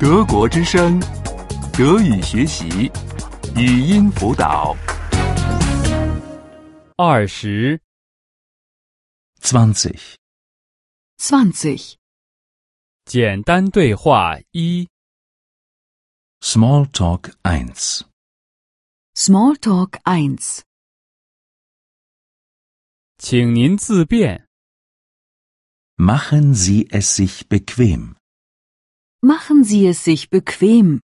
德国之声，德语学习，语音辅导。二十， 20. 20. 简单对话一， Smalltalk 1. Smalltalk 1. 请您自便。 Machen Sie es sich bequem. Machen Sie es sich bequem.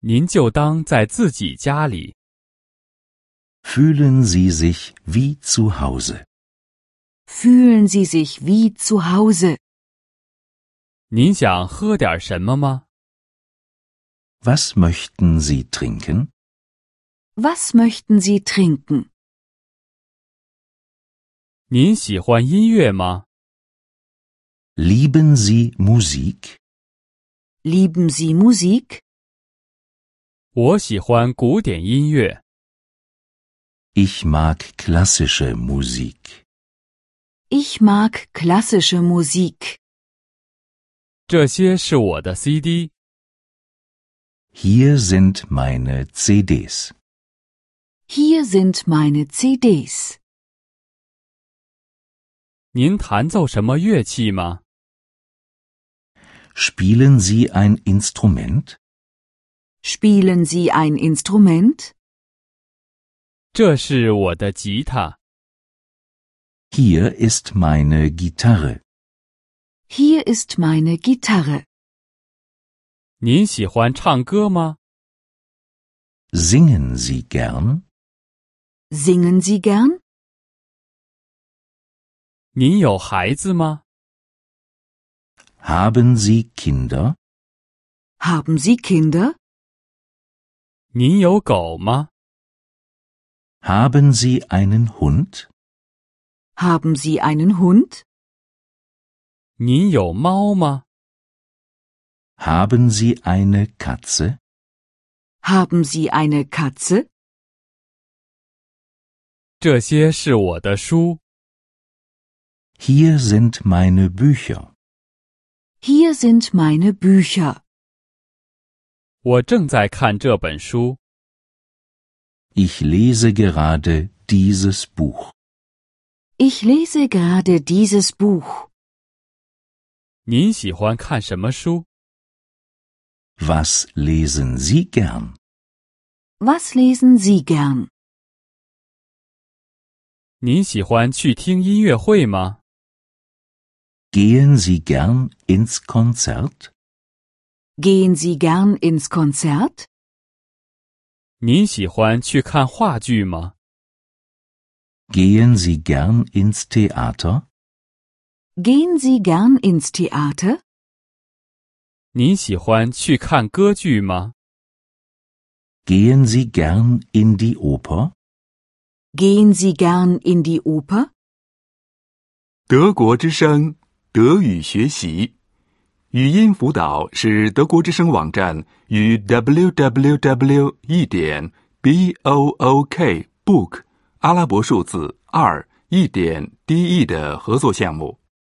您就当在自己家里。 Fühlen Sie sich wie zu Hause. Fühlen Sie sich wie zu Hause. 您想喝点什么吗？ Was möchten Sie trinken? Was möchten Sie trinken? 您喜欢音乐吗？ Lieben Sie Musik? Lieben Sie Musik? 我喜欢古典音乐。 Ich mag klassische Musik. Ich mag klassische Musik. 这些是我的 CD， Hier sind meine CDs. Hier sind meine CDs. 您弹奏什么乐器吗？ Spielen Sie ein Instrument? Spielen Sie ein Instrument? 这是我的吉他， Hier ist meine Gitarre. Hier ist meine Gitarre. 您喜欢唱歌吗？ Singen Sie gern? Singen Sie gern? 您有孩子吗？ Haben Sie Kinder? Haben Sie Kinder? 您有狗吗？ Haben Sie einen Hund? Haben Sie einen Hund? 您有猫吗？ Haben Sie eine Katze? Haben Sie eine Katze? 这些是我的书， Hier sind meine Bücher. Hier sind meine Bücher. 我正在看这本书。 Ich lese gerade dieses Buch. Ich lese gerade dieses Buch. 您喜欢看什么书？ Was lesen Sie gern? Was lesen Sie gern? 您喜欢去听音乐会吗？ Gehen Sie gern ins Konzert? Gehen Sie gern ins Konzert? 您喜欢去看话剧吗？ Gehen Sie gern ins Theater? Gehen Sie gern ins Theater? 您喜欢去看歌剧吗？ Gehen Sie gern in die Oper? Gehen Sie gern in die Oper? 德国之声，德语学习，语音辅导是德国之声网站与 www. 一点 b o o k book 阿拉伯数字二一点 d e 的合作项目。